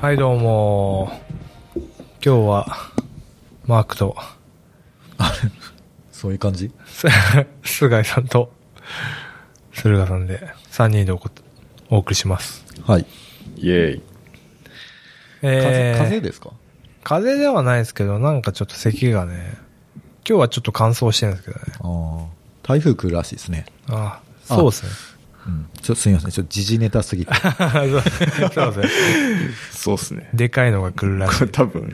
はい、どうも。今日は、マークと、 そういう感じす菅井さんと、駿河さんで、3人でおこお送りします。はい。イエーイ。えー、風、風ですか風邪ではないですけど、なんかちょっと咳がね、今日はちょっと乾燥してるんですけどね。ああ。台風来るらしいですね。ああそう ですね。うん。ちょ、すみません。ちょっと時事ネタすぎて。 そうですね。そうっすね。 でかいのが来るらしこれ多分、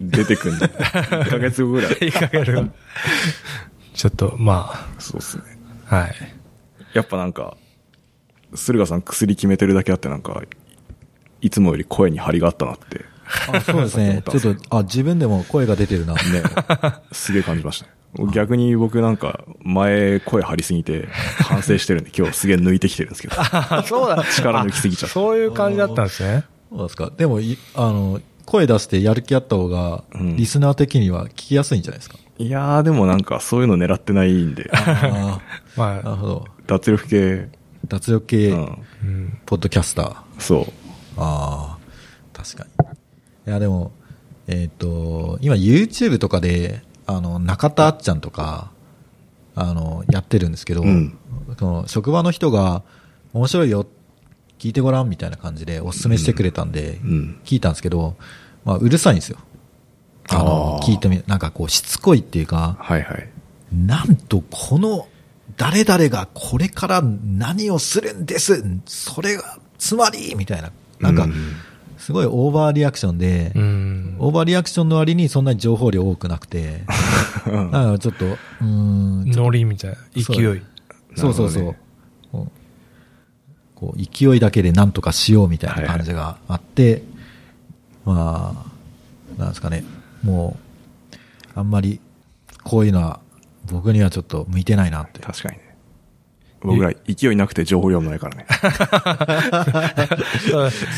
出てくん だ。1ヶ月後ぐらい。いい。かげる。ちょっと、まそうっすね。あ、はい。やっぱなんか、駿河さん薬決めてるだけあってなんか、いつもより声に張りがあったなって、あそうですね。ちょっと、あ、自分でも声が出てるな。 ね、すげえ感じました。逆に僕なんか、前声張りすぎて、反省してるん で、今日すげえ抜いてきてるんです けど。 あ、そうだ。力抜きすぎちゃったそういう感じだったんですね。そうですか。でも、いあの、声出してやる気あった方が、うんリスナー的には聞きやすいんじゃない ですか。いやーでもなんか、そういうの狙ってないん で、ああ。なるまあ、ほど。脱力系、脱力系う、ん、うん。ポッドキャスター。そう。ああ、確かに。いや、でも、えっ、と、今 YouTube とかで、あの、中田あっちゃんとか、あの、やってるんですけど、うんその職場の人が、面白いよ、聞いてごらんみたいな感じでおすすめしてくれたんで、うん。聞いたんですけど、まあ、うるさいんですよ。あのあ、ー聞いてみ、なんかこう、しつこいっていうか、はいはい。なんとこの誰々がこれから何をするんですそれがつまりみたいな。なんうか、すごいオーバーリアクションで、うん。オーバーリアクションの割にそんなに情報量多くなくて、だからちょっと、うーん、ノリみたいな。そう勢い。そうそうなそるう。こうこう勢いだけで何とかしようみたいな感じがあって、まあ、なんですかね、もう、あんまり、こういうのは、僕にはちょっと向いてないなって。確かにね。僕ら勢いなくて情報量もないからね。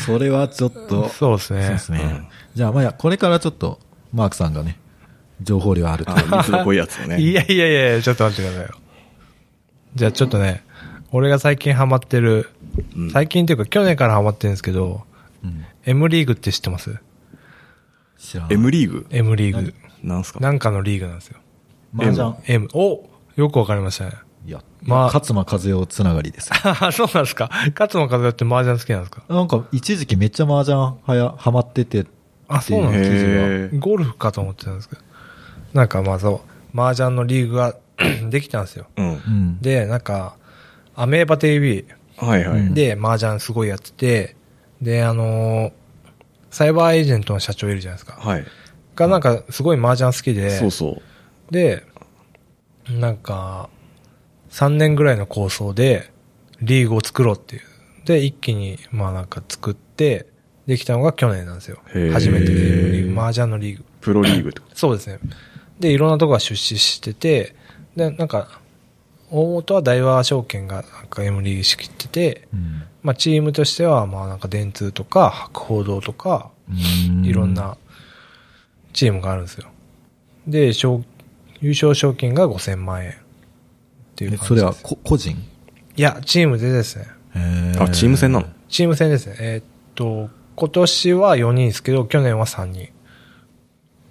それはちょっと、そうですそうねで。すね。うんじゃあ、まあいや、これからちょっと、マークさんがね、情報量あると。 あの、水の濃いやつをね。いやいやいやいや、ちょっと待ってくださいよ。じゃあちょっとね、俺が最近ハマってる、うん最近っていうか去年からハマってるんですけど、うん、 M リーグって知ってます知らん。 M リーグ ?M リーグ。なんすかなんかのリーグなんですよ。麻雀。 M。およくわかりましたね。いや、まあ勝間和代つながりです。あそうなんですか。勝間和代って麻雀好きなんですか なんか、一時期めっちゃ麻雀はや、はまってて、あ、そうなんってでいすう記事がへーゴルフかと思ってたんですけど。なんかまあそう、麻雀のリーグが できたんですよ。うんう。ん。で、なんか、アメーバ TV はいはういん。で麻雀すごいやってて、で、あのーサイバーエージェントの社長いるじゃないですか。はい。がなんかすごい麻雀好きで、そうそう。で、なんか、3年ぐらいの構想で、リーグを作ろうっていう。で、一気に、まあなんか作って、できたのが去年なんですよへ。ー初めてのリーグ、麻雀のリーグ。プロリーグってこそうですね。で、いろんなとこが出資してて、で、なんか、大元は大和証券がなんか M リーグ仕切ってて、うんまあチームとしては、まあなんか電通とか、博報堂とか、いろん。なチームがあるんですよ。で、賞優勝賞金が5000万円っていうえ感そじでれはす。こ、個人いや、チームでですね。とあ、チーム戦なのチーム戦ですね。えーっと、今年は4人ですけど、去年は3人。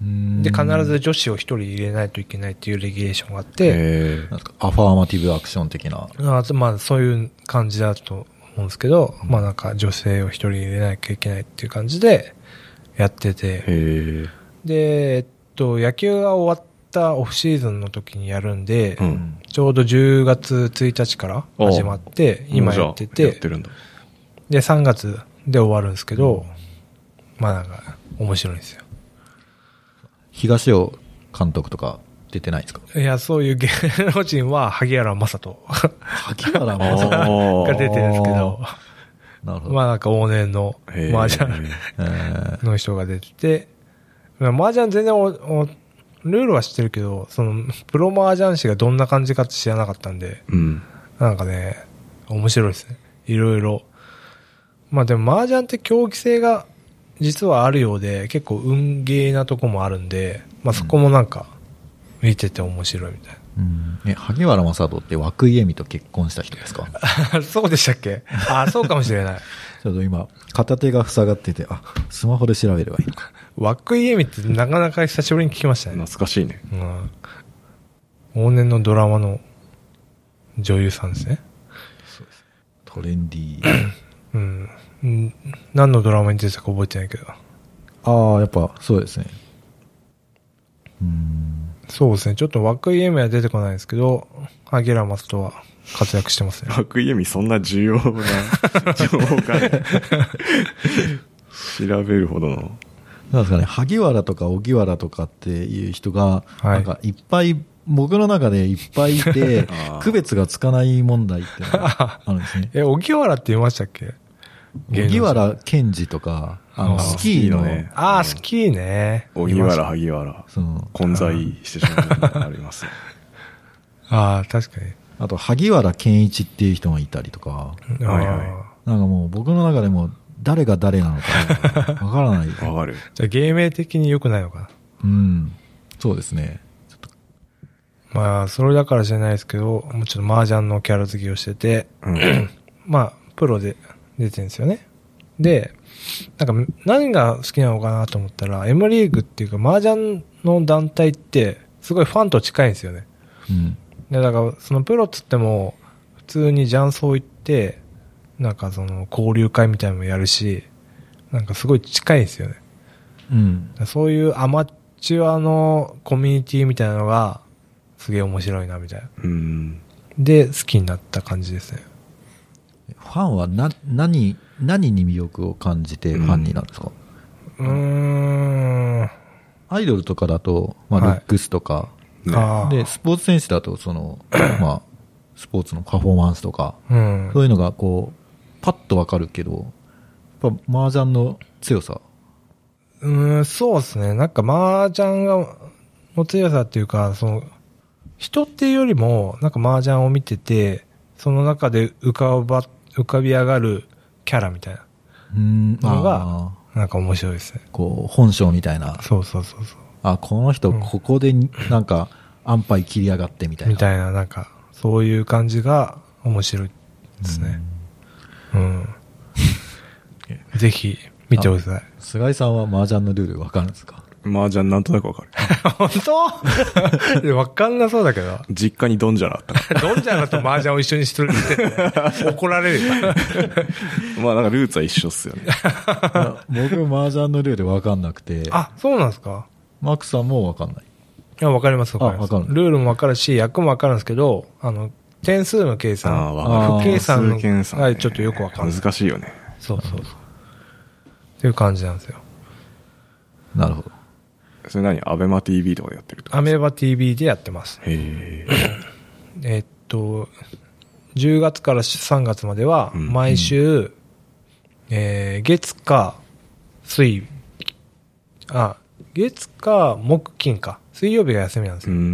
ので、必ず、女子を1人入れないといけないっていうレギュレーションがあって、へなんかアファーマティブアクション的な。あとまあ、そういう感じだと思うんですけど、まあなんか女性を1人入れなきゃいけないっていう感じでやっててえ。、へえ。で、えっと、野球が終わったオフシーズンの時にやるんで、う。うんちょうど10月1日から始まって、今やってもうじゃあてやってるんだ。で、3月で終わるんですけど、まあなんか、面白いんですよ。東尾監督とか出てないですかいや、そういう芸能人は、萩原正人萩原あ正人。ーが出てるんですけど、なるほど。まあなんか往年のへー麻雀えーの人が出てて、麻雀全然おおルールは知ってるけど、その、プロ麻雀師がどんな感じかって知らなかったんで、うん。なんかね、面白いですね。いろいろ。まあでも麻雀って競技性が実はあるようで、結構運ゲーなとこもあるんで、まあそこもなんか見てて面白いみたいな。ううんえ、萩原正人って涌井絵美と結婚した人ですか そうでしたっけああ、そうかもしれ ない。ちょっと今、片手が塞がってて、あ、スマホで調べればいいのか。涌井絵美ってなかなか久しぶりに聞きましたね懐。かしいね。うん。往年のドラマの女優さんですね。トレンディー。うん。うん何のドラマに出てたか覚えてないけど。ああ、やっぱそうですね。うん。そうですね。ちょっと涌井絵美は出てこないですけど、萩原スとは活躍して ますね。涌井絵美そんな重要な情報かね調べるほどの。なんですかね、萩原とか荻原とかっていう人が、い。なんかいっぱい、僕の中でいっぱいいてあー、区別がつかない問題っていうのがあるんですねえ、荻原って言いましたっけ芸能人荻原健二とか、ああーの、スキーの、スキーのねああ、スキーね。荻原、萩原。その、混在してしまうことがありますね。ああ、確かに。あと、萩原健一っていう人がいたりとか、はいはいあなんかもう僕の中でも誰が誰なのか、わからない。わかる。ーじゃあ、芸名的に良くないのかな。うん。そうですね。まあ、それだからじゃないですけど、もうちょっと麻雀のキャラ付きをしてて、うん。まあ、プロで出てるんですよね。で、なんか、何が好きなのかなと思ったら、M リーグっていうか、麻雀の団体って、すごいファンと近いんですよね。うん。で、だから、そのプロっつっても、普通に雀荘行って、なんかその、交流会みたいなのもやるし、なんかすごい近いんですよね。うんだか。らそういうアマチュアのコミュニティみたいなのが、すげえ面白いな、みたいな。うん。で、好きになった感じですね。ファンはな、何、何に魅力を感じてファンになるんですか、うーん。あアイドルとかだと、まあ、ルはいックスとか、あ。で、スポーツ選手だと、その、まあ、スポーツのパフォーマンスとか、うんそう。いうのが、こう、パッとわかるけど、やっぱ、麻雀の強さ。うーん、そうですね。なんか、麻雀が、の強さっていうか、その、人っていうよりも、なんか麻雀を見てて、その中で浮かば、浮かび上がるキャラみたいな。うん、のがあなんか面白いですね。ーこう、本性みたいな、そうそうそうそあ、この人、うんここで、なんか、安牌切りやがってみたう。いな。みたいな、なんか、そういう感じが面白いですね。 うん。ぜひ、見てください。うん。菅井さんは麻雀のルールわかるんですか麻雀なんとなくわかる。本 当わかんなそうだけど。実家にドンジャラあっ たかドンジャラと麻雀を一緒にしてるって、怒られるよ。 ら。まあなんかルーツは一緒っすよね。いや僕、麻雀のルールわかんなくて、あ、そうなんですかマックさんもわかんない。いや、わかります、わかります。あわかるルールもわかるし、役もわかるんですけど、あの、点数の計算。ああ、わかあーる。計算の数計算ねはいちょっとよくわかんない難しいよね。そうそうそう。っていう感じなんですよ。なるほど。それ何アベマ TV とかでやってるとアか。メーバ TV でやってます。へえっと、10月から3月までは、うん毎週、えー、月か、水、あ、月か、木金か。水曜日が休みなんですえ。う。よ。うん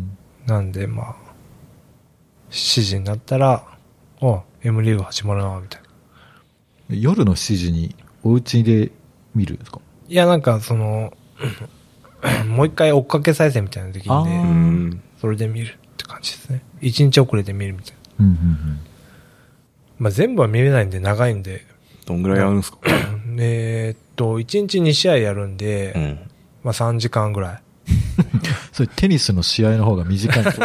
ん。なんで、まあ、7時になったら、お、M リーグ始まるな、みたいな。夜の7時にお家で見るんですかいや、なんか、その、 もう一回追っかけ再生みたいなのできるんあでう、ん。それで見るって感じですね。一日遅れて見るみたいな。うんうんうん。まあ、全部は見れないんで、長いんで、どんぐらいやるんですかえーっと、1日2試合やるんで、ん。まあ3時間ぐ らそれテニスの試合の方が短いん ですよ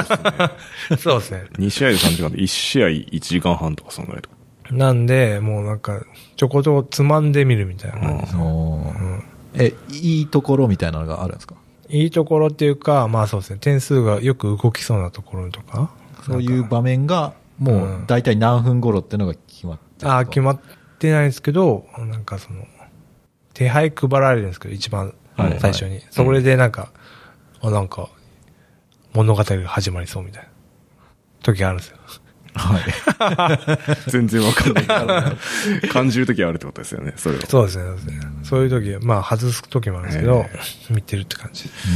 い。そうですね。 2試合で3時間で、1試合1時間半とかそんぐらいとか。なんで、もうなんか、ちょこちょこつまんで見るみたいな感じです、おうーん。え、いいところみたいなのがあるんですかいいところっていうか、まあそうですね、点数がよく動きそうなところとか。そういう場面が、もう大体何分頃っていうのが決まってああ、決っまってないですけど、なんかその、手配配られるんですけど、一番はいはい最初に。それでなんか、あ、なんか、物語が始まりそうみたいな時があるんですよ。はい。全然わかんないから。感じるときはあるってことですよね、それを。そうですね、そうですね。そういう時、まあ外す時もあるんですけど、見てるって感じです。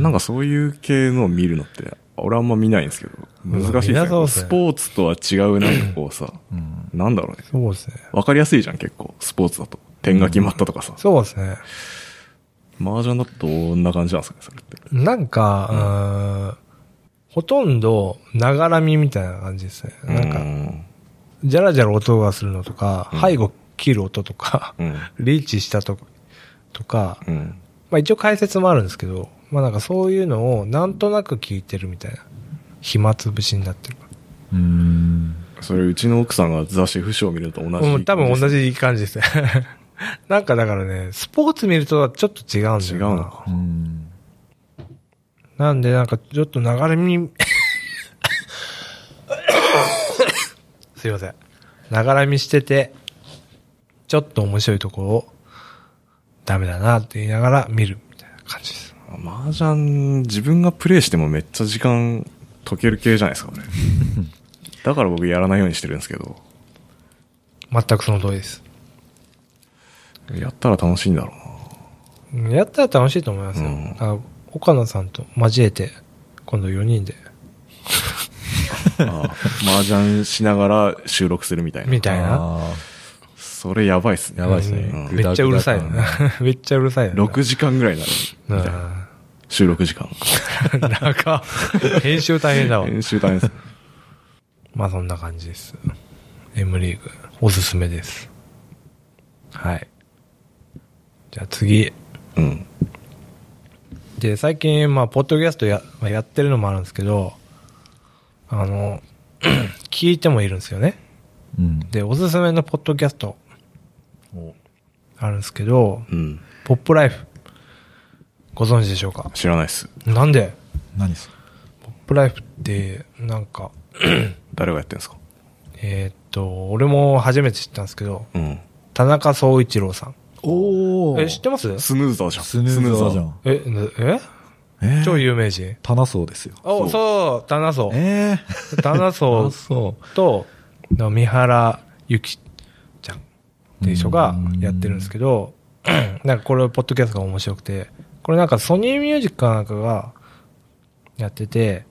なんかそういう系のを見るのって、俺あんま見ないんですけど、難しいみんでなすそうね。っすスねポーツとは違うなんかこうさ、うんなんだろうね。そうですね。わかりやすいじゃん、結構。スポーツだと。点が決まったとかさ。そうですね。麻雀だとどんな感じなんですかね、それって。なんか、ほとんど、ながらみみたいな感じですね。なんうか、んじゃらじゃら音がするのとか、うん背後切る音とか、うん。 リーチしたとか、とか、うん。まあ一応解説もあるんですけど、まあなんかそういうのをなんとなく聞いてるみたいな。暇つぶしになってる。うーん。それ、うちの奥さんが雑誌不詳を見るのと同じ。うん、多分同じ。じ感じですね。 なんかだからね、スポーツ見るとはちょっと違うんだよ違うな。のかう。ん。なんでなんかちょっと流れ 見、すいません。ながら見してて、ちょっと面白いところを、ダメだなって言いながら見るみたいな感じです。麻雀、自分がプレイしてもめっちゃ時間解ける系じゃないです か、俺。だから僕やらないようにしてるんですけど、全くその通りです。やったら楽しいんだろうんやったら楽しいと思いますよ。うんだから岡野さんと交えて、今度4人で、うな。ああ麻雀しながら収録するみたいなみ。たいな。あそれやばいっすね。やばいっすねうんうんめっちゃうるさいよね。 めっちゃうるさいよね。 6時間ぐらいになる。みたいなな収録時間。あなんか、編集大変だわ。編集大 変です。まあそんな感じです。M リーグ、おすすめです。はい。じゃあ次。うん。で、最近、まあ、ポッドキャストや、まあやってるのもあるんですけど、あの、 聞いてもいるんですよね。ーうん。で、おすすめのポッドキャストあるんですけど、うん。ポップライフ。ご存知でしょうか知らないっす。なんで何それポップライフって、なんか、誰がやってんですかえーっと、俺も初めて知ったんですけど、うん。田中総一郎さん。おえ、知ってますスヌーザーじゃん。スヌーザーじゃスん。え、なええ超有名人。タナソウですよ。お、そう、タナソえウ。タナー、ソあウそう。と、の三原ゆきちゃんっていう人がやってるんですけど、 なんかこれ、ポッドキャストが面白くて、これなんかソニーミュージックかなんかがやってて、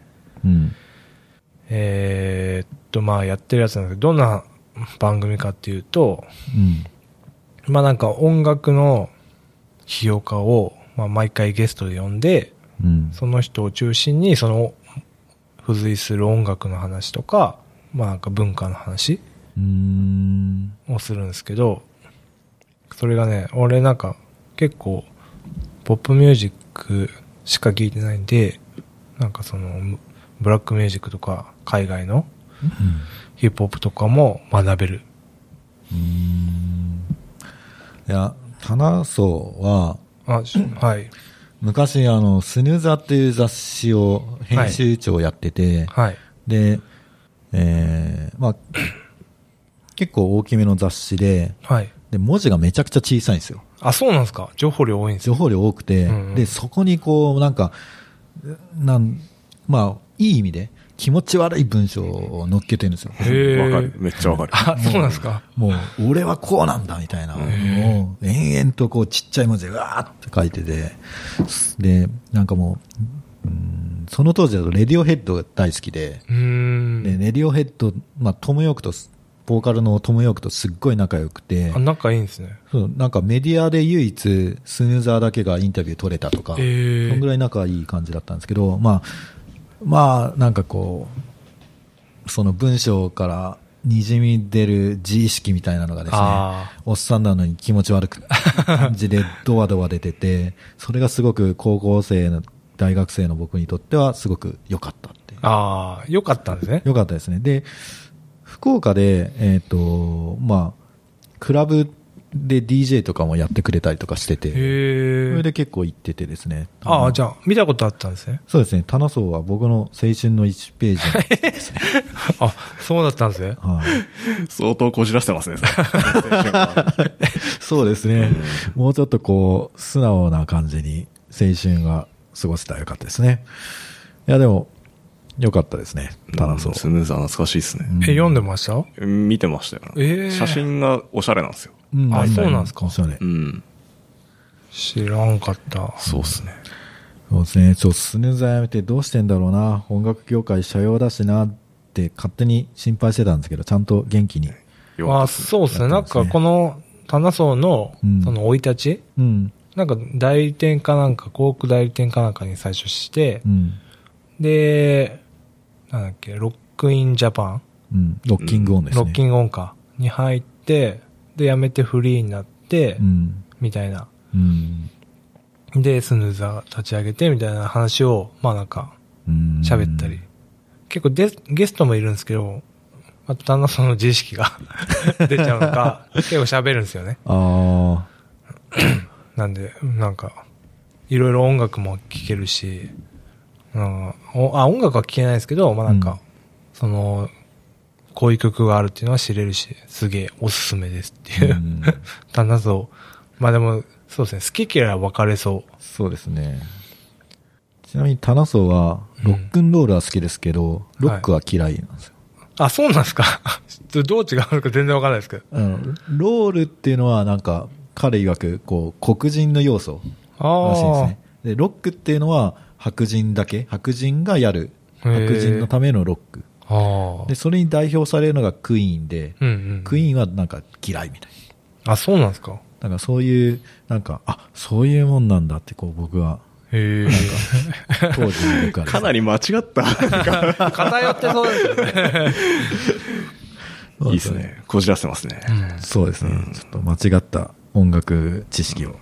うん。えーっと、まあやってるやつなんですけど、どんな番組かっていうと、うん。まあなんか音楽の批評家を、まあ毎回ゲストで呼んで、うん。その人を中心に、その、付随する音楽の話とか、まあなんか文化の話うーん。をするんですけど、それがね、俺なんか結構、ポップミュージックしか聞いてないんで、なんかその、ブラックミュージックとか、海外のうんヒップホップとかも学べる。うーんいや、タナソウは、あ、しはい。昔、あの、スヌーザーっていう雑誌を編集長やってて、はい。で、えー、まあ、結構大きめの雑誌で、はい。で、文字がめちゃくちゃ小さいんですよ。あ、そうなんですか情報量多いんです情よ。報量多くて、うんうんで、そこにこう、なんか、なん、まあ、いい意味で、気持ち悪い文章を乗っけてるんですよ。へーわかる。めっちゃ わかる。あ、そうなんですかもう、俺はこうなんだみたいなのを、延々とこうちっちゃい文字でうわーって書いてて、で、なんかもう、うんその当時だとレディオヘッドが大好きで、うーん。で、レディオヘッド、まあトムヨークとす、ボーカルのトムヨークとすっごい仲良くてあ、、仲いいんですね。そうなんかメディアで唯一スヌーザーだけがインタビュー取れたとか、ええそんぐらい仲いい感じだったんですけど、まあ、まあ、なんかこう、その文章から滲み出る自意識みたいなのがですねあ、おっさんなのに気持ち悪く感じでドワドワ出てて、それがすごく高校生の、大学生の僕にとってはすごく良かったっていう。ああ、良かったんですね。良かったですね。で、福岡で、えっ、と、まあ、クラブで DJ とかもやってくれたりとかしてて、そへれえ。で結構行っててですね。ああ、じゃ。ゃあ、見たことあったんですねそうですね。タナソウは僕の青春の1ページ。あ、そうだったんですね。はい相当こじらせてますね、 それそうですね。もうちょっとこう、素直な感じに青春が過ごせたらよかったですね。いや、でも、よかったですね。タナソウ。スヌーザー懐かしいっすね。え、読んでました見てましたよ、ええ写真がおしゃれなんですよ。うんあそうなんですか面白いねうん。知らんかった。そうっすね。そうですね。ちょ、スヌーザーやめてどうしてんだろうな。音楽業界斜陽だしなって勝手に心配してたんですけど、ちゃんと元気に。よかあっあ、そうですね。やなっんてますねか、この、棚層のうん、その、生い立ち、うん。なんか、代理店かなんか、広告代理店かなんかに最初してう、ん。で、なんだっけ、ロックインジャパン、うん、ロッキングオンですね。ロッキングオンか、に入って、で、やめてフリーになって、うん。みたいな。うん。で、スヌーザー立ち上げて、みたいな話を、まあなんか、うん喋ったり。。結構でゲストもいるんですけど、また旦那さんの自意識が 出ちゃうのか、結構喋るんですよね。ああ。なんで、なんか、いろいろ音楽も聴けるし、うん、おあ、音楽は聴けないですけど、まあなんか、うんその、こういう曲があるっていうのは知れるし、すげえおすすめですっていうう、ん 旦那さんをまあでも、そうですね、好き嫌いは分かれそそうですね。ちなみに、タナソは、ロックンロールは好きですけど、うんロックは嫌いなんですよ。う。あ、そうなんですか ちょっとどう違うのか全然分かんないですけど。あのロールっていうのは、なんか、彼曰く、こう、黒人の要素らしいですああ、ね。で、ロックっていうのは、白人だけ、白人がやる、へー白人のためのロック。ああで、。それに代表されるのがクイーンで、うんうん。クイーンはなんか嫌いみたいな。あ、そうなんですかだからそういう、なんか、あ、そういうもんなんだって、こう僕は、へえ。当時の僕は、 かなり間違った。偏ってそうですよね。そういでいですすね。ね。こじらせてますね。 そうですね。ちょっと間違った音楽知識を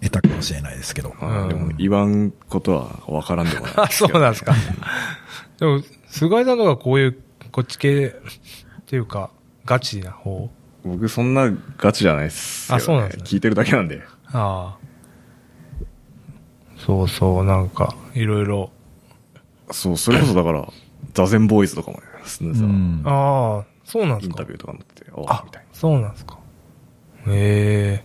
得たかもしれないですけど。まあでうもん、言わんことはわからん でもないあ、そうなんですか。でも、菅井さんとかこういう、こっち系っていうか、ガチな方。僕そんなガチじゃないっすよ、ね。あそうなんですね聞いてるだけなんで。ああ。そうそう、なんか、いろいろ。そう、それこそだから、座禅ボーイズとかもね、スヌーザー、うんああ、そうなんでイすンかタ。ビューとかになってて、あああみたい、そうなんですか。へえ。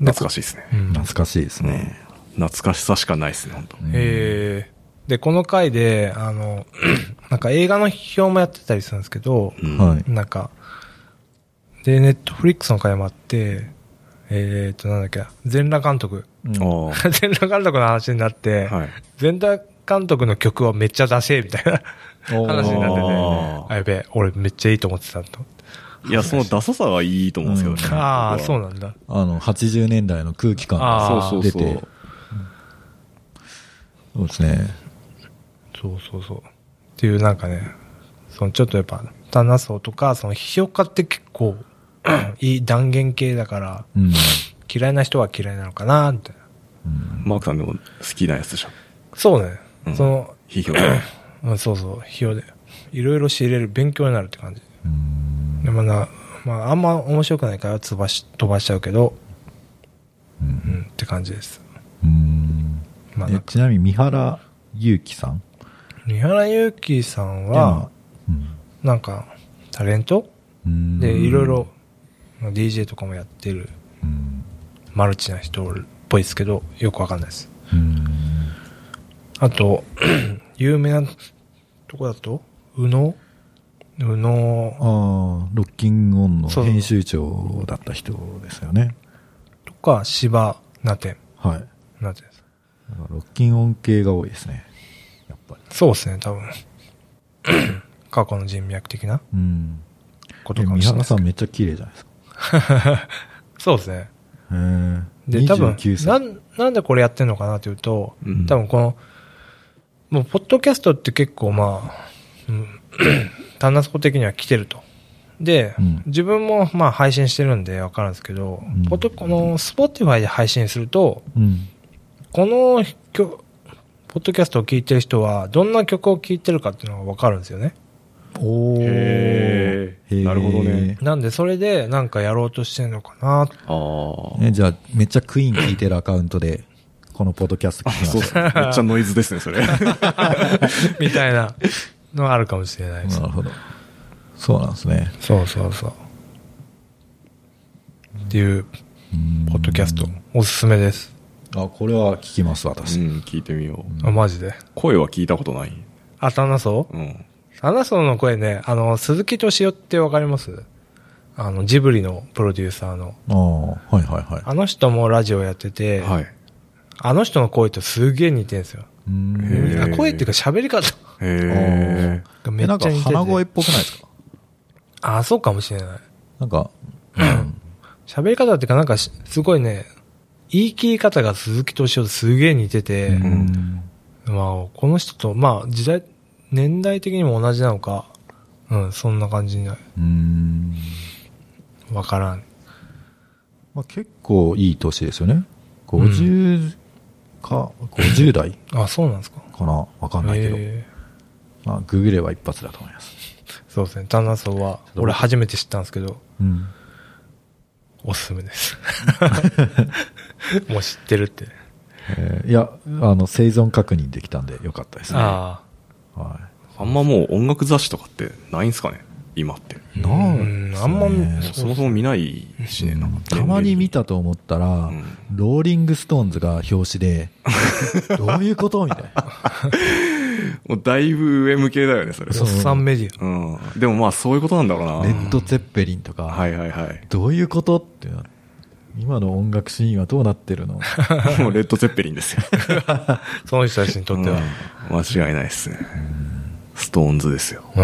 な。懐かしい。いですね。うん、懐かしいですね。懐かしさしかないっすね、本当うんええで、この回で、あの、 なんか映画の批評もやってたりするんですけど、うんはい。なんか、で、ネットフリックスの回もあって、えっ、と、なんだっけな、全裸監督。 うんあ全裸監督の話になって、あ。はい。全裸監督の曲はめっちゃダセーみたいな話になってて、お ーあ、やべえ、俺めっちゃいいと思ってたと。いや、そのダサさはいいと思うんですけどね。うんああ、そうのなんだ。あの、80年代の空気感があーそうそうそ出てう。そうですね。そうそうそう。っていうなんかね、そのちょっとやっぱ、旦那層とか、その批評家って結構、 いい断言系だから、うん。嫌いな人は嫌いなのかな、みたいな。うんマークさんでも好きなやつでしょ。そうね。うんその、批評うん、そうそう、費用で。いろいろ仕入れる、勉強になるって感じ。うんでもな、まあ、あんま面白くないから飛ばし、飛ばしちゃうけど、ううんん、って感じです。うんまあ、えなんかちなみに、三原祐希さんって三原祐希さんいうのはは、なんか、タレントうんで、いろいろ、DJ とかもやってる、うんマルチな人っぽいですけど、よくわかんないです。うんあと、有名なとこだと、宇野宇野ああ、ロッキングオンのそう編集長だった人ですよね。とか、芝なてん。はい。だかなてんです。らロッキングオン系が多いですね。やっぱり。そうですね、多分。 過去の人脈的なうん。ことえかも三しれない原ですさんめっちゃ綺麗じゃないですか。そうですね。へーで、多分29、な歳。ん、なんでこれやってんのかなというと、うん多分この、もう、ポッドキャストって結構まあ、うん、 単なそこ的には来てると。で、うん自分もまあ配信してるんでわかるんですけど、うんポッドこの、スポティファイで配信すると、うん。この曲、ポッドキャストを聴いてる人は、どんな曲を聴いてるかっていうのがわかるんですよね。おーへーーなるほどねなんで、それでなんかやろうとしてんのかな ってあね、じゃあ、めっちゃクイーン聞いてるアカウントで、このポッドキャスト聞きあ。まそうっしすた。ね。めっちゃノイズですね、それ。みたいなのがあるかもしれないですな。るほど。そうなんですね。そうそうそう。っていう、ポッドキャスト、おすすめです。あ、これは聞きます、私。うん、聞いてみよう。あ、マジで。声は聞いたことない。あ、タナソウうん。タナソウの声ね、あの、鈴木敏夫ってわかりますあの、ジブリのプロデューサーの。ああ、はいはいはい。あの人もラジオやってて、はい。あの人の声とすげえ似てんすよ。うーんへーあ声っていうか喋り方へえ。がめえ、っちなゃんか似て。鼻声ってぽくないですかあ、そうかもしれない。なんか、うん喋り方っていうかなんかしすごいね、言い切り方が鈴木敏夫とすげえ似てて、うんまあ、この人と、まあ、時代、年代的にも同じなのか、うん、そんな感じになうーん。わからん。まあ、結構いい年ですよね。50か、50代あ、そうなんですか。かなわかんないけど。えまあ、ググれば一発だと思います。ーそうですね。旦那層は、と俺初めて知ったんですけど、うん。おすすめ です。もう知ってるって。えーいや、あの、生存確認できたんでよかったですね。あはあんまもう音楽雑誌とかってないんすかね今って。い。あ。うん、あんま、そもそも見ないしね、なんか。たまに見たと思ったら、んローリングストーンズが 表紙で、どういうことみたいな。もうだいぶ上向けだよね、それ。おっさんメディうん。でもまあそういうことなんだろうな。レッド・ゼッペリンとか、はいはいはい。どういうことってな今の音楽シーンはどうなっ てるのもうレッド・ゼッペリンですよ。ア。その人たちにとっては。うん間違いないですね。ストーンズですよ。う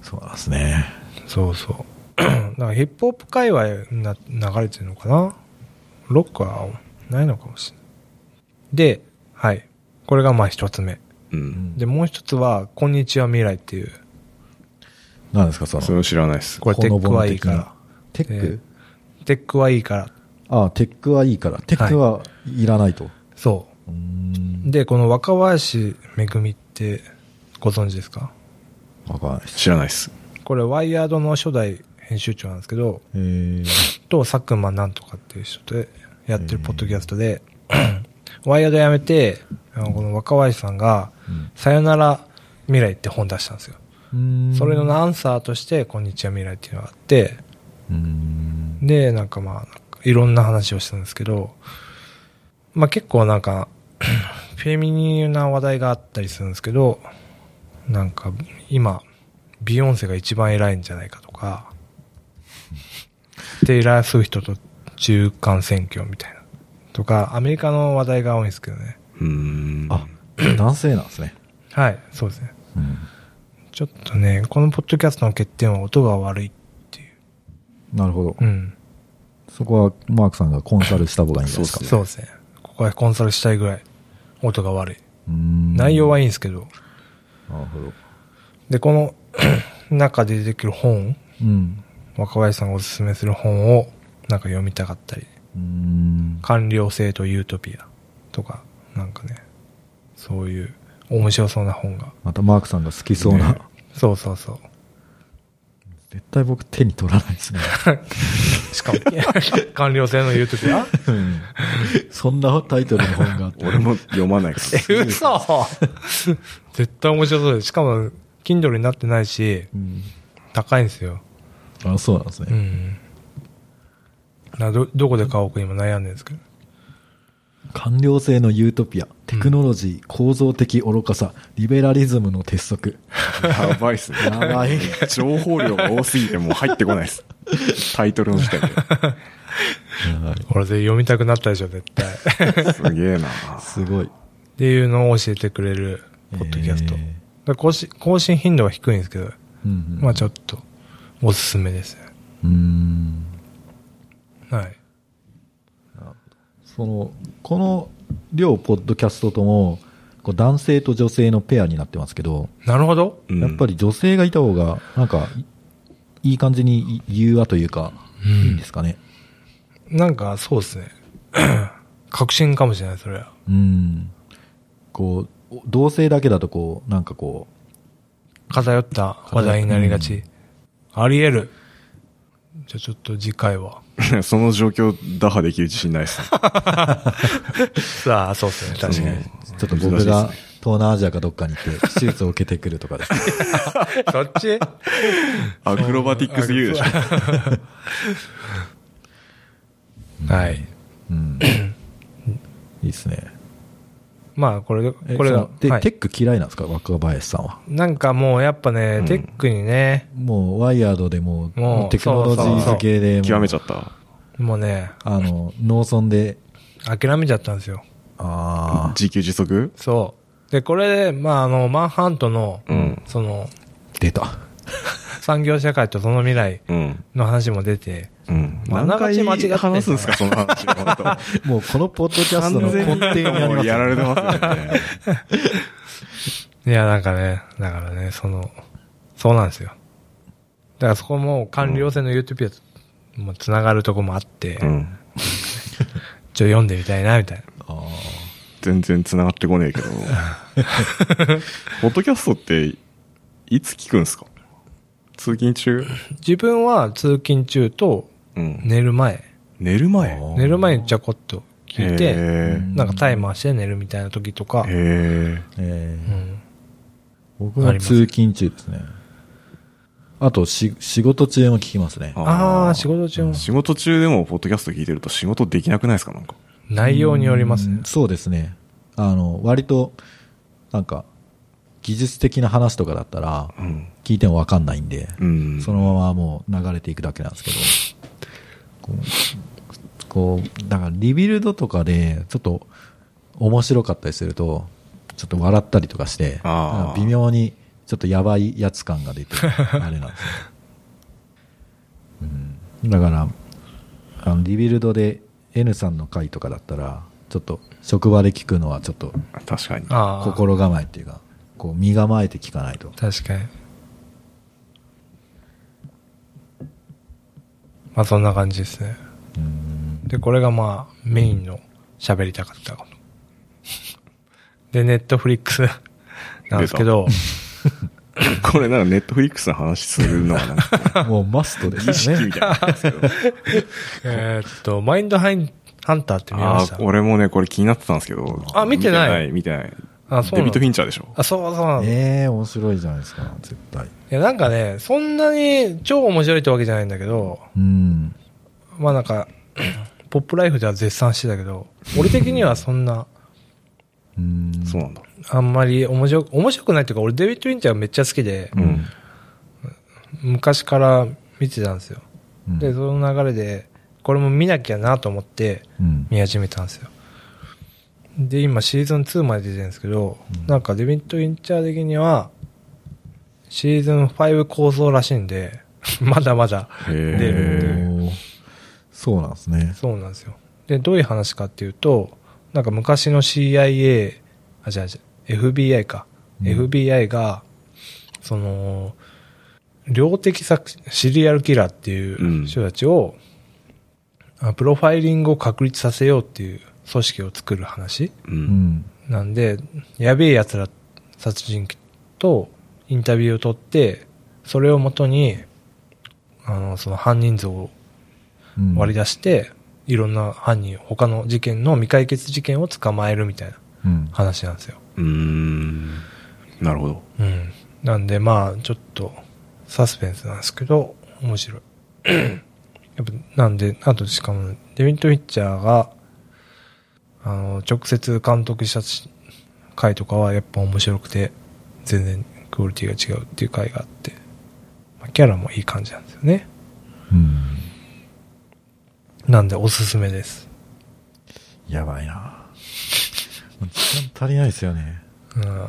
そうなんですね。ん。そうそう。 なんかヒップホップ界隈な流れてるのかなロックはないのかもしれない。で、はい。これがまあ一つ目。うん。で、もう一つは、こんにちは未来っていう。なんですか、その、それを知らないです。これテックはいいかほのぼらの。的なテック、テックはいいから。ああ、テックはいいから。テックはいらないと。そうーう。ん。で、この若林めぐみってご存知ですかわかんないです。知らないです。これ、ワイヤードの初代編集長なんですけど、えー、と、佐久間なんとかっていう人でやってるポッドキャストで、 ワイヤード辞めて、あのこの若林さんが、さよなら未来って本出したんですよ。うんそれの、アンサーとして、こんにちは未来っていうのがあって、うん。で、なんかまあ、なんかいろんな話をしたんですけど、まあ結構なんか、 フェミニーな話題があったりするんですけど、なんか今、ビヨンセが一番偉いんじゃないかとか、テイラー・スウィフトと中間選挙みたいな。とか、アメリカの話題が多いんですけどね。うーん。あ、男性なんですね。はい、そうですね。うん。ちょっとね、このポッドキャストの欠点は音が悪いっていう。なるほどう。ん。そこは、マークさんがコンサルした方がいいんじゃないですか。そうですね。ここはコンサルしたいぐらい、音が悪い。うん内容はいいんですけど、なるほど。で、この 中で出てくる本、うん。若林さんがおすすめする本をなんか読みたかったり、うん。官僚性とユートピアとか、なんかね、そういう面白そうな本が。またマークさんが好きそうな。ねそうそうそう。絶対僕手に取らないですね。しかも、 官僚性のユートピアそんなタイトルの本があって。俺も読まないから。 え、嘘絶対面白そうです。しかも、Kindle になってないし、うん高いんですよ。あ、そうなんですうね。ん。など、どこで買おうか今悩んでるんですけど。官僚性のユートピア、テクノロジー、構造的愚かさ、リベラリズムの鉄則。やばいっすね。やばい。情報量が多すぎてもう入ってこないです。タイトルの時点これで読みたくなったでしょ、絶 対。で。すげえなすごい。っていうのを教えてくれる、ポッドキャスト。えーだから更新更新頻度は低いんですけど、うんまあちょっと、おすすめですね。うん。はい。その、この両ポッドキャストとも、こう男性と女性のペアになってますけど、なるほど。うんやっぱり女性がいた方が、なんか、いいい感じに融和というか、んいいんですかね。なんか、そうですね。 確信かもしれない、それは。うん。こう、同性だけだとこう、なんかこ偏った話題になりがち。あり得る。じゃあちょっと次回は。 その状況打破できる自信ないですね。さあ、そうですね、確かに。う、ちょっと僕が東南アジアかどっかに行って手術を受けてくるとかですね。そっちアクロバティックすぎるでしょ。はい。うん。いいですね。まあ、これ、えこれがその、で、はいテック嫌いなんですか若林さんは。なんかもうやっぱね、うんテックにね、もう、ワイヤードでもう、もうテクノロジー付けでもう極めちゃった。もうね、あの、農村で、諦めちゃったんですよ。ああ、自給自足そう。で、これ、まあ、あの、マンハントの、うん。その、出た。産業社会とその未来うん。の話も出て、うん。まあながち間違ってんな話すんですか、その話。本当もうこのポッドキャストの根底にありもまうすやられてますよね。いや、なんかね、だからね、その、そうなんですよ。だからそこも官僚性のユートピアともつながるとこもあって、うん。ちょ、読んでみたいな、みたいな。あー全然繋がってこねえけど。ポッドキャストって、いつ聞くんすか通勤中自分は通勤中とうん。寝る前、寝る前あー寝る前にちゃこっと聞いへて、ーなんかタイマーして寝るみたいな時とかー、へえうーん、僕は通勤中ですね。あとし、仕事中も聞きますねー。ああ、仕事。事中も仕事中でもポッドキャスト聞いてると仕事できなくないですかなんか。内容によりますうねん。そうですね。あの、割と、なんか、技術的な話とかだったら、うん。聞いてもわかんないんで、うん。そのままもう流れていくだけなんですけど、こう、こうだからリビルドとかで、ちょっと面白かったりすると、ちょっと笑ったりとかして、あー微妙にちょっとやばいやつ感が 出て、あれなんですよ、うん。だから、あのリビルドで N さんの回とかだったら、ちょっと職場で聞くのはちょっと確かに。ああ、心構えっていうか、こう身構えて聞かないと。確かに。まあそんな感じですね。うんで、これがまあメインの喋りたかったこと。で、ネットフリックスなんですけど、これなんかネットフリックスの話するのはなん か、もうマストで意す識よみね。たいなのですけど。えーっと、マインドハイハンターって見まあしたあ、。俺もね、これ気になってたんですけど。あ見てない見てない、見てない。あそうデなビッのド・フィンチャーでしょ。あ、そうそうなの。いええ面白いじゃないですか、絶対。や、なんかね、そんなに超面白いってわけじゃないんだけど、うん。まあなんか、 ポップライフでは絶賛してたけど、俺的にはそんな、うん。そうなんだ。あんまり面白く、面白くないっていうか、俺デビッド・ウィンチャーめっちゃ好きで、うん。昔から見てたんですよ。うんで、その流れで、これも見なきゃなと思ってうん。見始めたんですよ。で、今シーズン2まで出てるんですけど、うんなんかデビッド・ウィンチャー的には、シーズン5構想らしいんで、 まだまだへ出るんでおえ。ーそうなんですね。そうなんですよ。で、どういう話かっていうと、なんか昔の CIA、あ、じゃあ、FBI か。うん FBI が、その、量的作シリアルキラーっていう人たちを、あプロファイリングを確立させようっていう組織を作る話う。うんん。なんで、やべえ奴ら殺人鬼とインタビューを取って、それをもとに、あの、その犯人像をうん割り出して、いろんな犯人、他の事件の未解決事件を捕まえるみたいなうん。話なんですよ。うーん。なるほど。うん。なんで、まあ、ちょっと、サスペンスなんですけど、面白い。 やっぱ、なんで、あと、しかも、デビッド・フィッチャーが、あの、直接監督したし回とかは、やっぱ面白くて、全然クオリティが違うっていう回があって、まあキャラもいい感じなんですよね。うん。なんで、おすすめです。やばいな。もう時間足りないですよね。うん。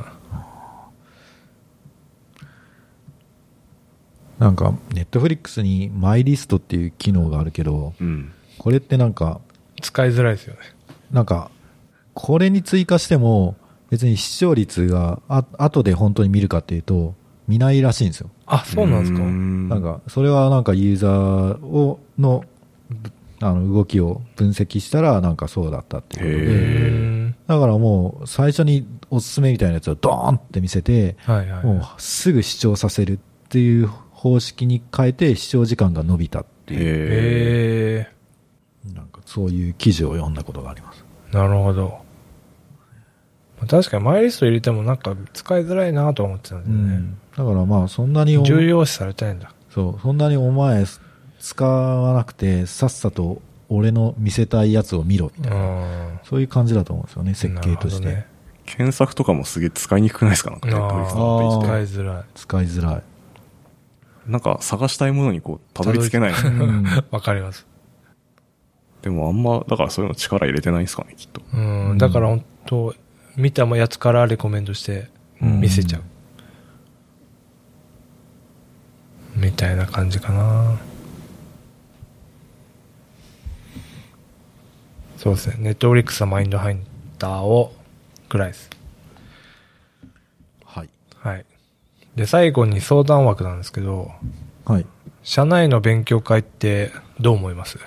なんか、ネットフリックスにマイリストっていう機能があるけど、うん。これってなんか、使いづらいですよね。なんか、これに追加しても、別に視聴率が、あ、後で本当に見るかっていうと、見ないらしいんですよ。あ、そうなんですか。なんんか、それはなんかユーザーを、の、ぶあの、動きを分析したら、なんかそうだったっていうことうで。ーんだからもう、最初におすすめみたいなやつをドーンって見せて、はいはい。もうすぐ視聴させるっていう方式に変えて、視聴時間が伸びたっていう、へえ。へなんかそういう記事を読んだことがあります。え、なるほど。まあ確かにマイリスト入れてもなんか使いづらいなとは思ってたんうだよねん。だからまあ、そんなにお、重要視されたいんだ。そう、そんなにお前、使わなくて、さっさと俺の見せたいやつを見ろ、みうたいな。ん。そういう感じだと思うんですよね、設計としなて。る検索とかもすげえ使いにくくないですかなんほか、どね。あ Netflix のあ、ペ使ーいジづら使いづらい。で。なんか探したいものにこう、たどり着けない。 うんい。 わかります。でもあんま、だからそういうの力入れてないんですかね、きっと。うん。だから本当見たやつからレコメンドして見せちゃう。うみたいな感じかな。そうですね。ネットフリックスはマインドハイターを、くらいです。はい。はい。で、最後に相談枠なんですけど、はい。社内の勉強会ってどう思います、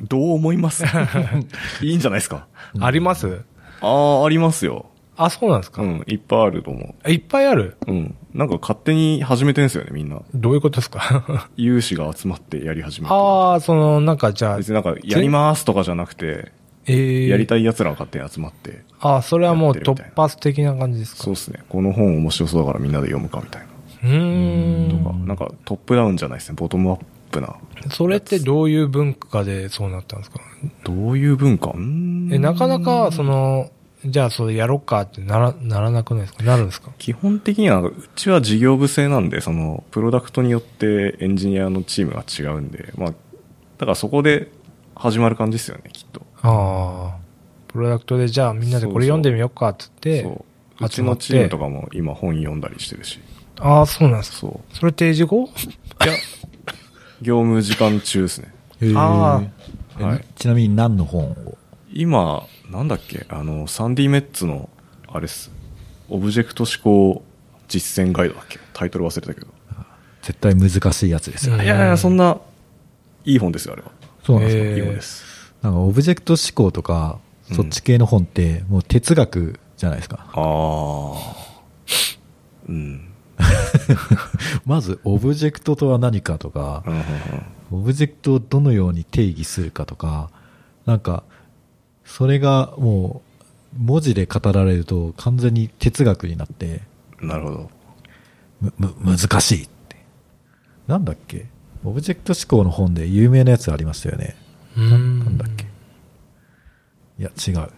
どう思います いいんじゃないですかうんありますああ、ありますよ。あ、そうなんですか、うん、いっぱいあると思いっぱいあるう。うん。なんか勝手に始めてんすよね、みんな。どういうことですか有志が集まってやり始めて。ああ、その、なんかじゃあ、別になんか、やりますとかじゃなくて、えー、やりたい奴らが勝手に集まって、あ、それはもうやってる突みたいな発的な感じですかそうっすね。この本面白そうだからみんなで読むかみたいな。うーうんんとかなんかトップダウンじゃないですね。ボトムアップな。それってどういう文化でそうなったんですかどういう文化うーんえ、なかなか、その、じゃあそれやろっかってなら、ならなくないですかなるんですか基本的には、うちは事業部制なんで、その、プロダクトによってエンジニアのチームが違うんで、まあ、だからそこで始まる感じですよね、きっと。ああ。プロダクトでじゃあみんなでこれ読んでみようかって言ってそ、う。うち集まのってチームとかも今本読んだりしてるし。ああ、そうなんです。そう。それ定時後 いや、業務時間中ですね。へーあえはいちなみに何の本を今、なんだっけ、あの、サンディメッツの、あれっす。オブジェクト思考実践ガイドだっけタイトル忘れたけど。絶対難しいやつですようんね。 いやいや、そんな、いい本ですよ、あれは。そうなんですへよ。ーいい本です。なんかオブジェクト思考とか、うんそっち系の本って、もう哲学じゃないです か。ああ。うん。まず、オブジェクトとは何かとかう、んうんうんオブジェクトをどのように定義するかとか、なんか、それがもう、文字で語られると完全に哲学になって、なるほど。む、む、難しいって。なんだっけオブジェクト思考の本で有名なやつありましたよね。うん。なんだっけいや、違う。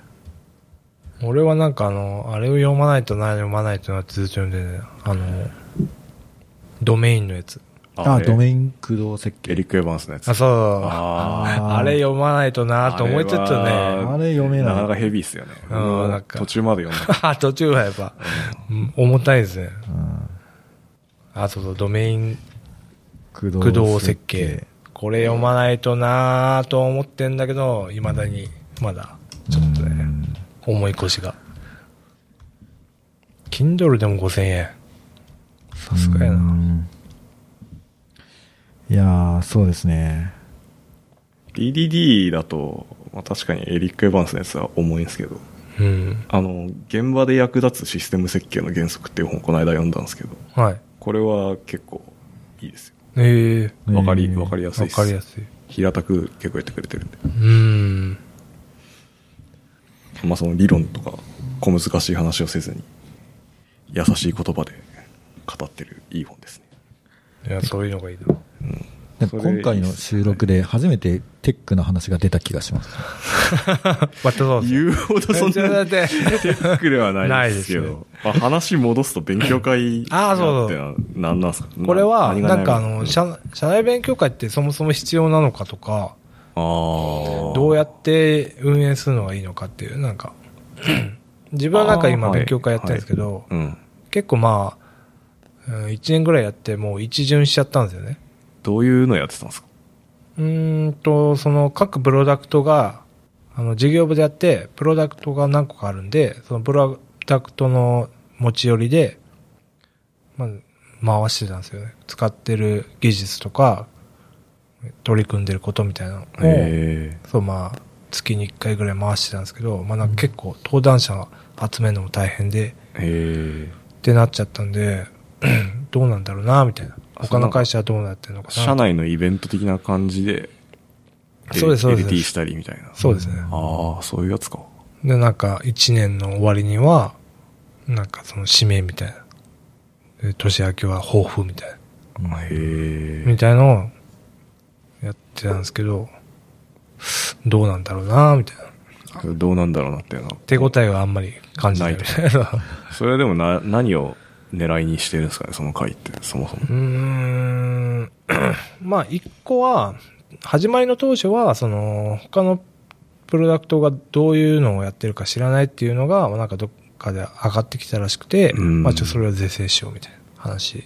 俺はなんかあの、あれを読まないとな、読まないとなってずっと読んでね、あの、ドメインのやつ。あ、えドメイン駆動設計。エリック・エヴァンスのやつ。あ、そうああーれ読まないとなと思いつつね。ああれ読あ。めなかなかない。ヘビーっすよね。うん俺もなんか途中まで読ん だ。途中はやっぱ、うん重たいですね。うんあ、そうそう、ドメイン駆駆動設計。これ読まないとなと思ってんだけど、未だに、まだ、ちょっとね、うん重い腰が。Kindle でも5000円。さすがやうな。んいやー、そうですね。 DDD だと、まあ、確かにエリック・エヴァンスのやつは重いんですけど、うん。あの、現場で役立つシステム設計の原則っていう本をこの間読んだんですけど、はい。これは結構いいですえへよ。ーわかり、わかりやすいわです。かりやすい。平たく結構やってくれてるんで。うん。まあその理論とか、小難しい話をせずに、優しい言葉で語ってるいい本ですね。いや、そういうのがいいな。でも今回の収録で初めてテックの話が出た気がします。 またそうですよ言うほどそんちょっとな待ってテックではないですけないですど、まあ話戻すと勉強会あーそうそうって何なんですかこれは、何がなんかあ悩みの、う社社内勉強会ってそもそも必要なのかとか、あーどうやって運営するのがいいのかっていう、なん か、自分はなんかあ今ーはい勉強会やってるんですけど、うん。結構まあ、うん1年ぐらいやってもう一巡しちゃったんですよね。どういうのやってたんですかうーんと、その各プロダクトが、あの、事業部でやって、プロダクトが何個かあるんで、そのプロダクトの持ち寄りで、まあ、回してたんですよね。使ってる技術とか、取り組んでることみたいなのを、えそう、まあ、月に1回ぐらい回してたんですけど、まあなんか結構登壇者集めるのも大変で、ええってなっちゃったんで、 どうなんだろうな、みたいな。あ他の会社はどうなってるのかな。社内のイベント的な感じで、そうですそうです LT したりみたいな。そうですね。ああ、そういうやつか。で、なんか、1年の終わりには、なんかその指名みたいな。で年明けは抱負みたいな。へえみ。たいのをやってたんですけど、どうなんだろうな、みたいな。どうなんだろうなっていうのは手応えはあんまり感じないみたい な。それはでもな、何を狙いにしてるんですかね、その回って、そもそもう。ーん まあ、一個は、始まりの当初は、その、他のプロダクトがどういうのをやってるか知らないっていうのが、まあなんかどっかで上がってきたらしくて、うんまあちょっとそれは是正しようみたいな話。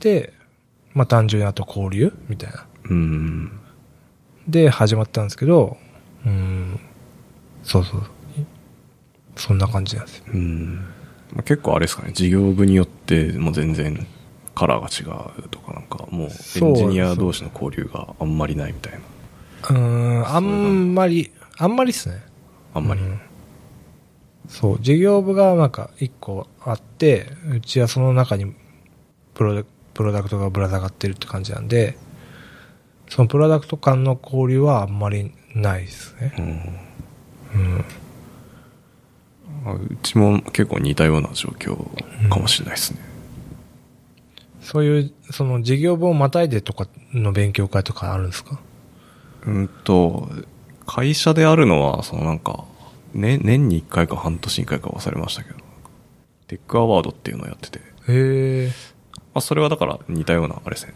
で、まあ単純にあと交流みたいな。うん。で始まったんですけど、うん、そうそう。そんな感じなんですよ。うん。まあ、結構あれですかね、事業部によって、もう全然カラーが違うとか、なんかもうエンジニア同士の交流があんまりないみたいな。うーん、あんまり、あんまりっすね。あんまり。うんそう、事業部がなんか一個あって、うちはその中にプロダプロダクトがぶら下がってるって感じなんで、そのプロダクト間の交流はあんまりないですね。うんうん。あうちも結構似たような状況かもしれないですね。そういう、その事業部をまたいでとかの勉強会とかあるんですかうんと、会社であるのは、そのなんか、ね、年に1回か半年に1回か忘れましたけど、テックアワードっていうのをやってて、へえ。まあ、それはだから似たような、あれですね、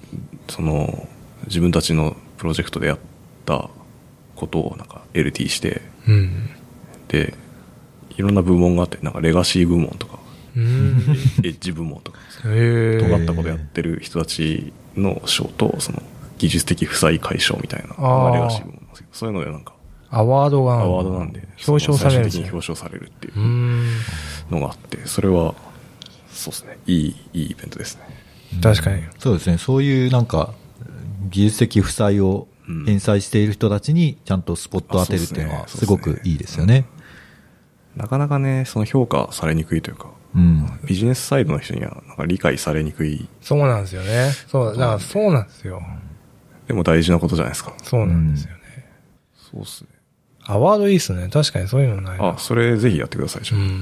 その、自分たちのプロジェクトでやったことをなんか LT して、うん。で、いろんな部門があって、なんかレガシー部門とか、うん。エッジ部門とか、 へえ。尖ったことやってる人たちの賞と、その、技術的負債解消みたいな、あーまあレガシー部門なんですけど、そういうのでなんか、アワードがあアるのワードなんで、表彰されるん最で終すね的に表彰されるっていううーん。のがあって、それは、そうですね、いい、いいイベントですね。確かに。そうですね。そういうなんか、技術的負債を返済している人たちにちゃんとスポットを当てるっていうのはあそすうですねごくいいですよね。なかなかね、その評価されにくいというか、うん。ビジネスサイドの人にはなんか理解されにくい、そうなんですよね。そう、だからそうなんですよ。でも大事なことじゃないですか。そうなんですよね。そうですね。アワードいいっすね。確かにそういうのないな。あ、それぜひやってください、じうゃあんう。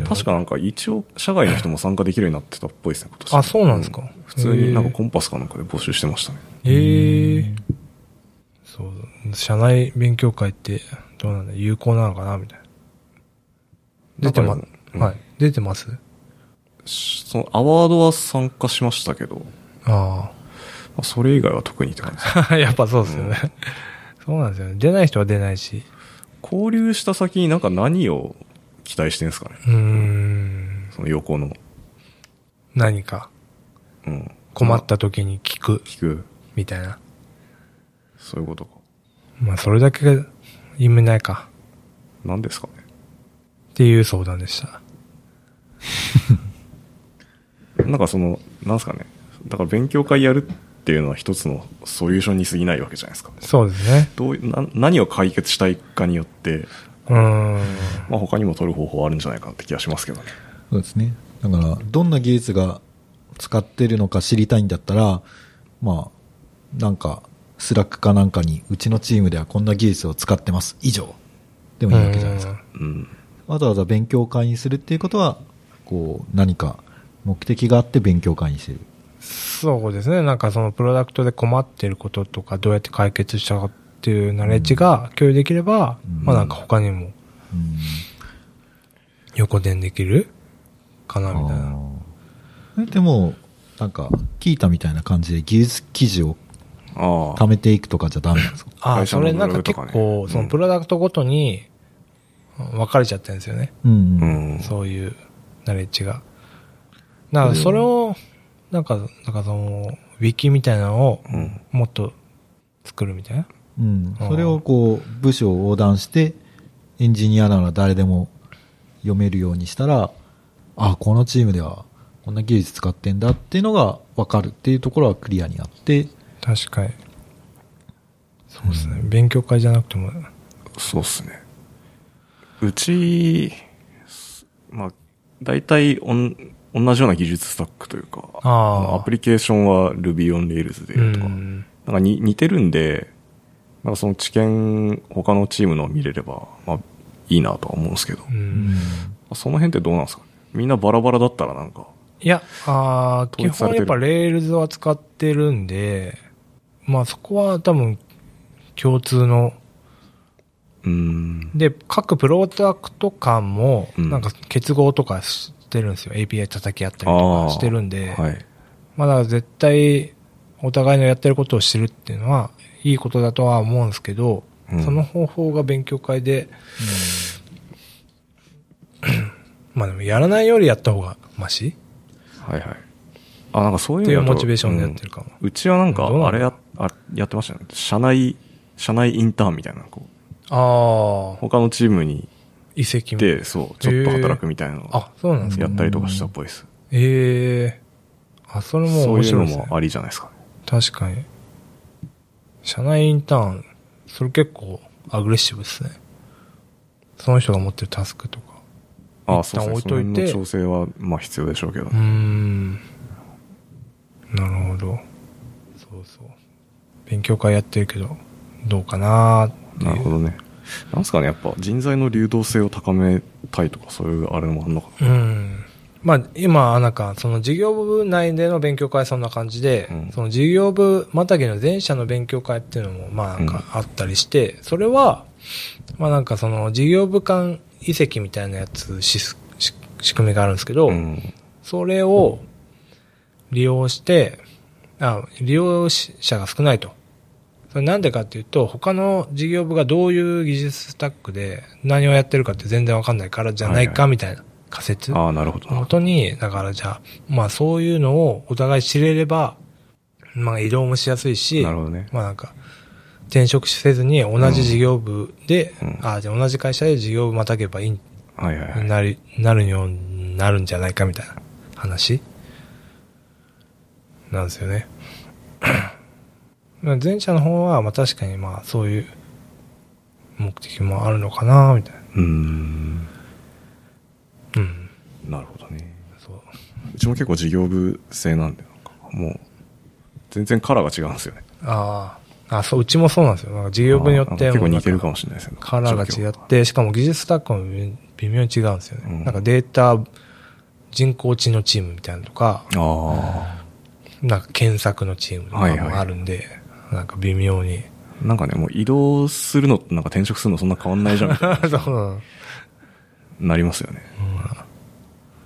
ん。確かなんか一応、社外の人も参加できるようになってたっぽいですね、今年。あそうなんですか普通になんかコンパスかなんかで募集してましたね。へえ。そう、社内勉強会ってどうなんだ有効なのかなみたいな。出てまだから、はい。出てますしそのアワードは参加しましたけど、まああそれ以外は特にって感じですね。 あ。やっぱそうですよね。そうなんですよね。出ない人は出ないし。交流した先になんか何を期待してんですかねうーん。その横の、何かうん、困った時に聞く、聞く、みたいな。そういうことか。まあ、それだけが意味ないか。何ですかねっていう相談でした。なんかその、なんですかね。だから勉強会やるっていうのは一つのソリューションに過ぎないわけじゃないですか。そうですね。どういうな何を解決したいかによって、うーん。まあ、他にも取る方法はあるんじゃないかなって気がしますけどね。そうですね。だから、どんな技術が使ってるのか知りたいんだったら、まあ、なんか、スラックかなんかに、うちのチームではこんな技術を使ってます。以上。でもいいわけじゃないですか。うん。わざわざ勉強会にするっていうことは、こう、何か目的があって勉強会にしてる。そうですね。なんかそのプロダクトで困ってることとか、どうやって解決したかっていうナレッジが共有できれば、うんまあなんか他にもうん横伝できるかな、みたいな。あーでも、なんか、聞いたみたいな感じで技術記事をあ貯めていくとかじゃダメなんですかああ、会社そのれなんブロかグと結かね構、そのプロダクトごとに分かれちゃってるんですよね。うんううんん。そういうナレッジが。だからそれを、なんか、なんかその、ウィキみたいなのをうん。もっと作るみたいな。うん、あーそれをこう部署を横断してエンジニアなら誰でも読めるようにしたらあこのチームではこんな技術使ってんだっていうのが分かるっていうところはクリアになって確かに。そうですね。勉強会じゃなくても、そうっすね。うち、まあ、大体おん、同じような技術スタックというか、あーアプリケーションは Ruby on Rails でうやるとか、ん。なんかに似てるんで、なんかその知見、他のチームの見れれば、まあ、いいなとは思うんですけど、うまん。あその辺ってどうなんですかねみんなバラバラだったらなんか、いや、あー基統一さ本れてやっるぱレールズは使ってるんで、まあそこは多分共通の、うーん、で、各プロダクト間も、うんなんか結合とかしてるんですよ。API 叩き合ったりとあーかしてるんで、はい。まあだから絶対お互いのやってることを知るっていうのは、いいことだとは思うんですけど、うんその方法が勉強会で、 まあでもやらないよりやった方がマシはいはい。あ、なんかそういうっのていうだとモチベーションでやってるかもうんうちはなんかどうなん、だあれや、あやってましたね。社内、社内インターンみたいな、こう、ああ、他のチームに遺跡行っも。て、そう、ちょっと働くみたいなのをあ、そうなんですか。やったりとかしたっぽいです。ええあ、それもそう面いう白のいですね。もありじゃないですかね。確かに。社内インターン、それ結構アグレッシブですね。その人が持ってるタスクとか。ああ、そうで一すね。旦置そのいとい辺ての調整は、まあ必要でしょうけどうー。ん。なるほど。そうそう。勉強会やってるけど、どうかなーっていう。なるほどね。なんすかね、やっぱ人材の流動性を高めたいとか、そういうあれもあるのかな。うん。まあ、今、なんか、その事業部内での勉強会はそんな感じで、うんその事業部またぎの前者の勉強会っていうのも、まあ、なんかあったりして、それは、まあなんかその事業部間遺跡みたいなやつし、し仕組みがあるんですけど、ん。それを利用して、あ利用者が少ないと。それなんでかっていうと、他の事業部がどういう技術スタックで何をやってるかって全然わかんないからじゃないかみたいな仮説あのあ、なるほどもな。とに、だからじゃあ、まあそういうのをお互い知れれば、まあ移動もしやすいし、なるほどね。まあなんか、転職せずに同じ事業部で、うんうんあじゃあ同じ会社で事業部またげばいいはいはいはい。なり、なるようになるんじゃないかみたいな話なんですよね。 まあ前者の方は、まあ確かにまあそういう目的もあるのかな、みたいな。うーん。うん。なるほどね。そう。うちも結構事業部制なんで、なんかもう、全然カラーが違うんですよね。ああ。あ、そう、うちもそうなんですよ。なんか事業部によってあーなんか結構もうなんか似てるかもしれないですね。カラーが違っ状況て、しかも技術スタックも微妙に違うんですよね。うんなんかデータ、人工知能チームみたいなのとか、あなんか検索のチームとかはいはいもあるんで、なんか微妙に。あ。なんかね、もう移動するのとなんか転職するのそんな変わんないじゃんみたいそうになりますよね。だか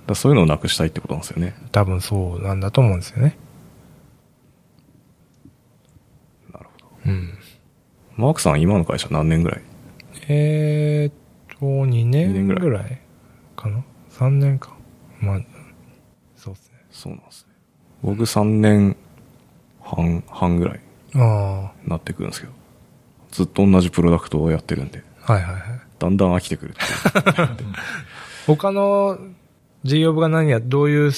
らそういうのをなくしたいってことなんですよね。多分そうなんだと思うんですよね。なるほうど。ん。マークさん今の会社何年ぐらいえーっと、2二年年ぐぐらいらいかな ?3 年か。まあ、そうですね。そうなんですね。僕3年半、半ぐらいあになってくるんですけど。ずっと同じプロダクトをやってるんで、あ、はいはいはい。だんだん飽きてくる っていう他の事業部が何や、どういう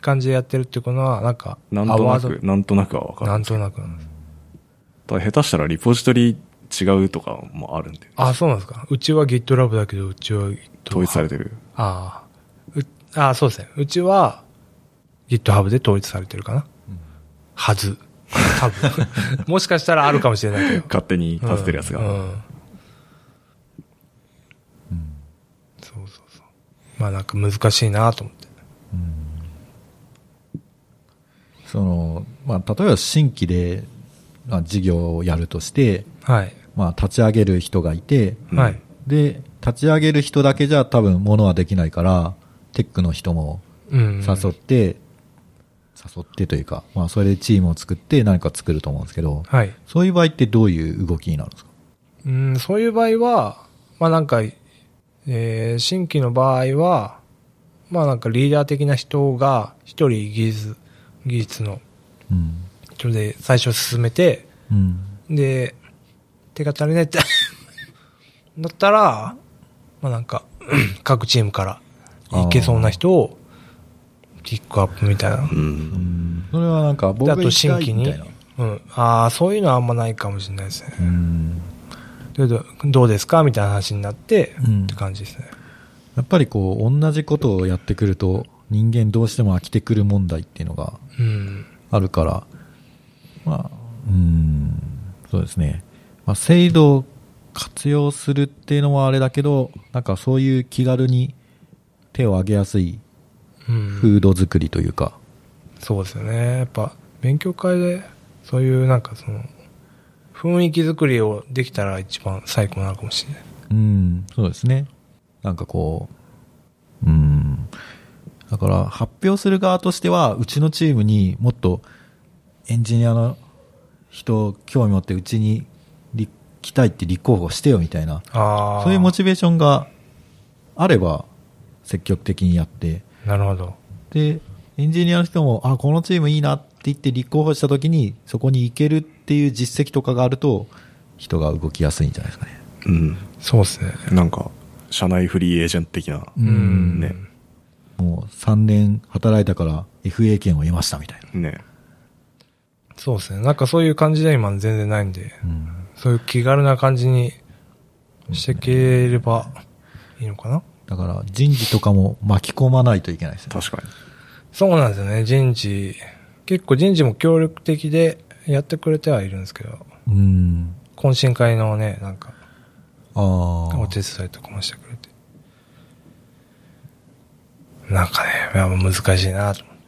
感じでやってるっていうのは、なんか、なんとなアワくー、なんとなくは分かドる。なんとなくなんです。ただ下手したらリポジトリ違うとかもあるんで、あ、そうなんですか。うちは GitLab だけど、うちは GitHub。統一されてる。ああ。うああ、そうですね。うちは GitHub で統一されてるかな。はず。多分。 もしかしたらあるかもしれないけど。勝手に立ててるやつが。うんうんうんそうそうそう。まあなんか難しいなと思って。その、まあ、例えば新規で、まあ、事業をやるとして、はい。まあ、立ち上げる人がいて、うんはい。で、立ち上げる人だけじゃ多分ものはできないから、テックの人もうん。誘って、誘ってというか、まあ、それでチームを作って何か作ると思うんですけど、はい。そういう場合ってどういう動きになるんですかうん、そういう場合は、まあなんか、えー、新規の場合は、まあなんかリーダー的な人が一人技術、技術のうん。人で最初進めて、うん。で、手が足りないって、 だったら、まあなんか、 各チームからいけそうな人をピックアップみたいなう。ん。それはなんかで僕があと新行き規たいみにたいな。。うん。ああ、そういうのはあんまないかもしれないですね。うん。でどどうですかみたいな話になって、うんって感じですね。やっぱりこう、同じことをやってくると、人間どうしても飽きてくる問題っていうのがうん。あるから、まあ、うーん、そうですね。まあ、制度を活用するっていうのはあれだけど、なんかそういう気軽に手を挙げやすいうん。フード作りというか、そうですよね。やっぱ、勉強会で、そういうなんかその、雰囲気作りをできたら一番最高なのかもしれない。うん、そうですね。なんかこう、うん。だから発表する側としては、うちのチームにもっとエンジニアの人興味持ってうちに立来たいって立候補してよみたいな、ああ。そういうモチベーションがあれば積極的にやって、なるほど。で、エンジニアの人も、あ、このチームいいなって言って立候補したときに、そこに行けるっていう実績とかがあると、人が動きやすいんじゃないですかね。うん。そうですね。なんか、社内フリーエージェント的な。うんねもう3年働いたから FA 権を得ましたみたいな。ね。そうですね。なんかそういう感じでは今全然ないんで、うんそういう気軽な感じにしていければいいのかな。だから人事とかも巻き込まないといけないですね。確かに。そうなんですよね。人事、結構人事も協力的でやってくれてはいるんですけど、うん。懇親会のね、なんか、ああ。お手伝いとかもしてくれて。なんかね、いや難しいなと思って。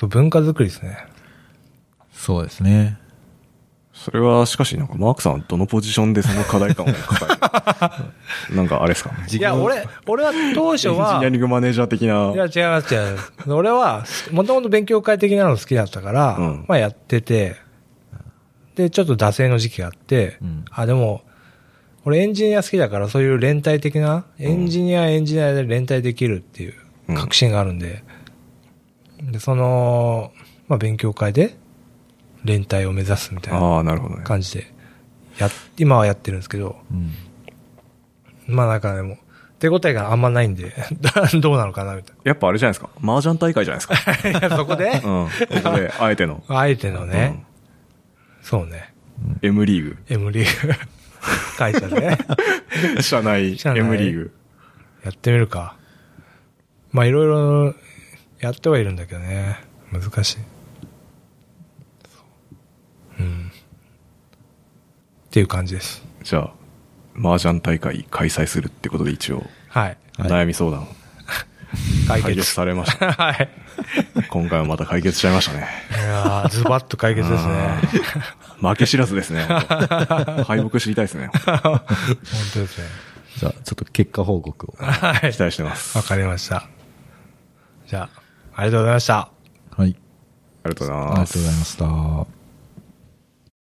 そう、文化づくりですね。そうですね。それは、しかし、なんか、マークさんはどのポジションでその課題感を抱えるなんか、あれ ですかエンジいや、俺、俺は当初 ニは、。アリングマネージャー的ないや、違います、違います。俺は、もともと勉強会的なの好きだったから、うんまあやってて、で、ちょっと惰性の時期があって、うんあ、でも、俺エンジニア好きだから、そういう連帯的な、エンジニア、エンジニアで連帯できるっていううん確信があるんで、で、その、まあ勉強会で、連帯を目指すみたいなああ、なるほどね。感じで、やっ、今はやってるんですけど、うん。まあなんかでも、手応えがあんまないんで、 どうなのかな、みたいやっぱあれじゃないですか。麻雀大会じゃないです か。な。いや、そこで、うん。ここで、あえての。あえてのね、そうね、うん。M リー M リーグ書いたね。グ。社内社内 M リーグ。やってみるか。まあいろいろやってはいるんだけどね。難しい。そううん。っていう感じです。じゃあ、麻雀大会開催するってことで一応、はい。はい悩み相談を解解決。決されま した。はい。今回はまた解決しちゃいましたね。いやーズバッと解決ですね。うん負け知らずですね。 本当敗北知りたいですね。本当ですね。じゃあ、ちょっと結果報 告を。はい期。待してます。わあかりました。じゃあ、ありがとうございました。はい。りがとうございありがまとすうご。ざいました。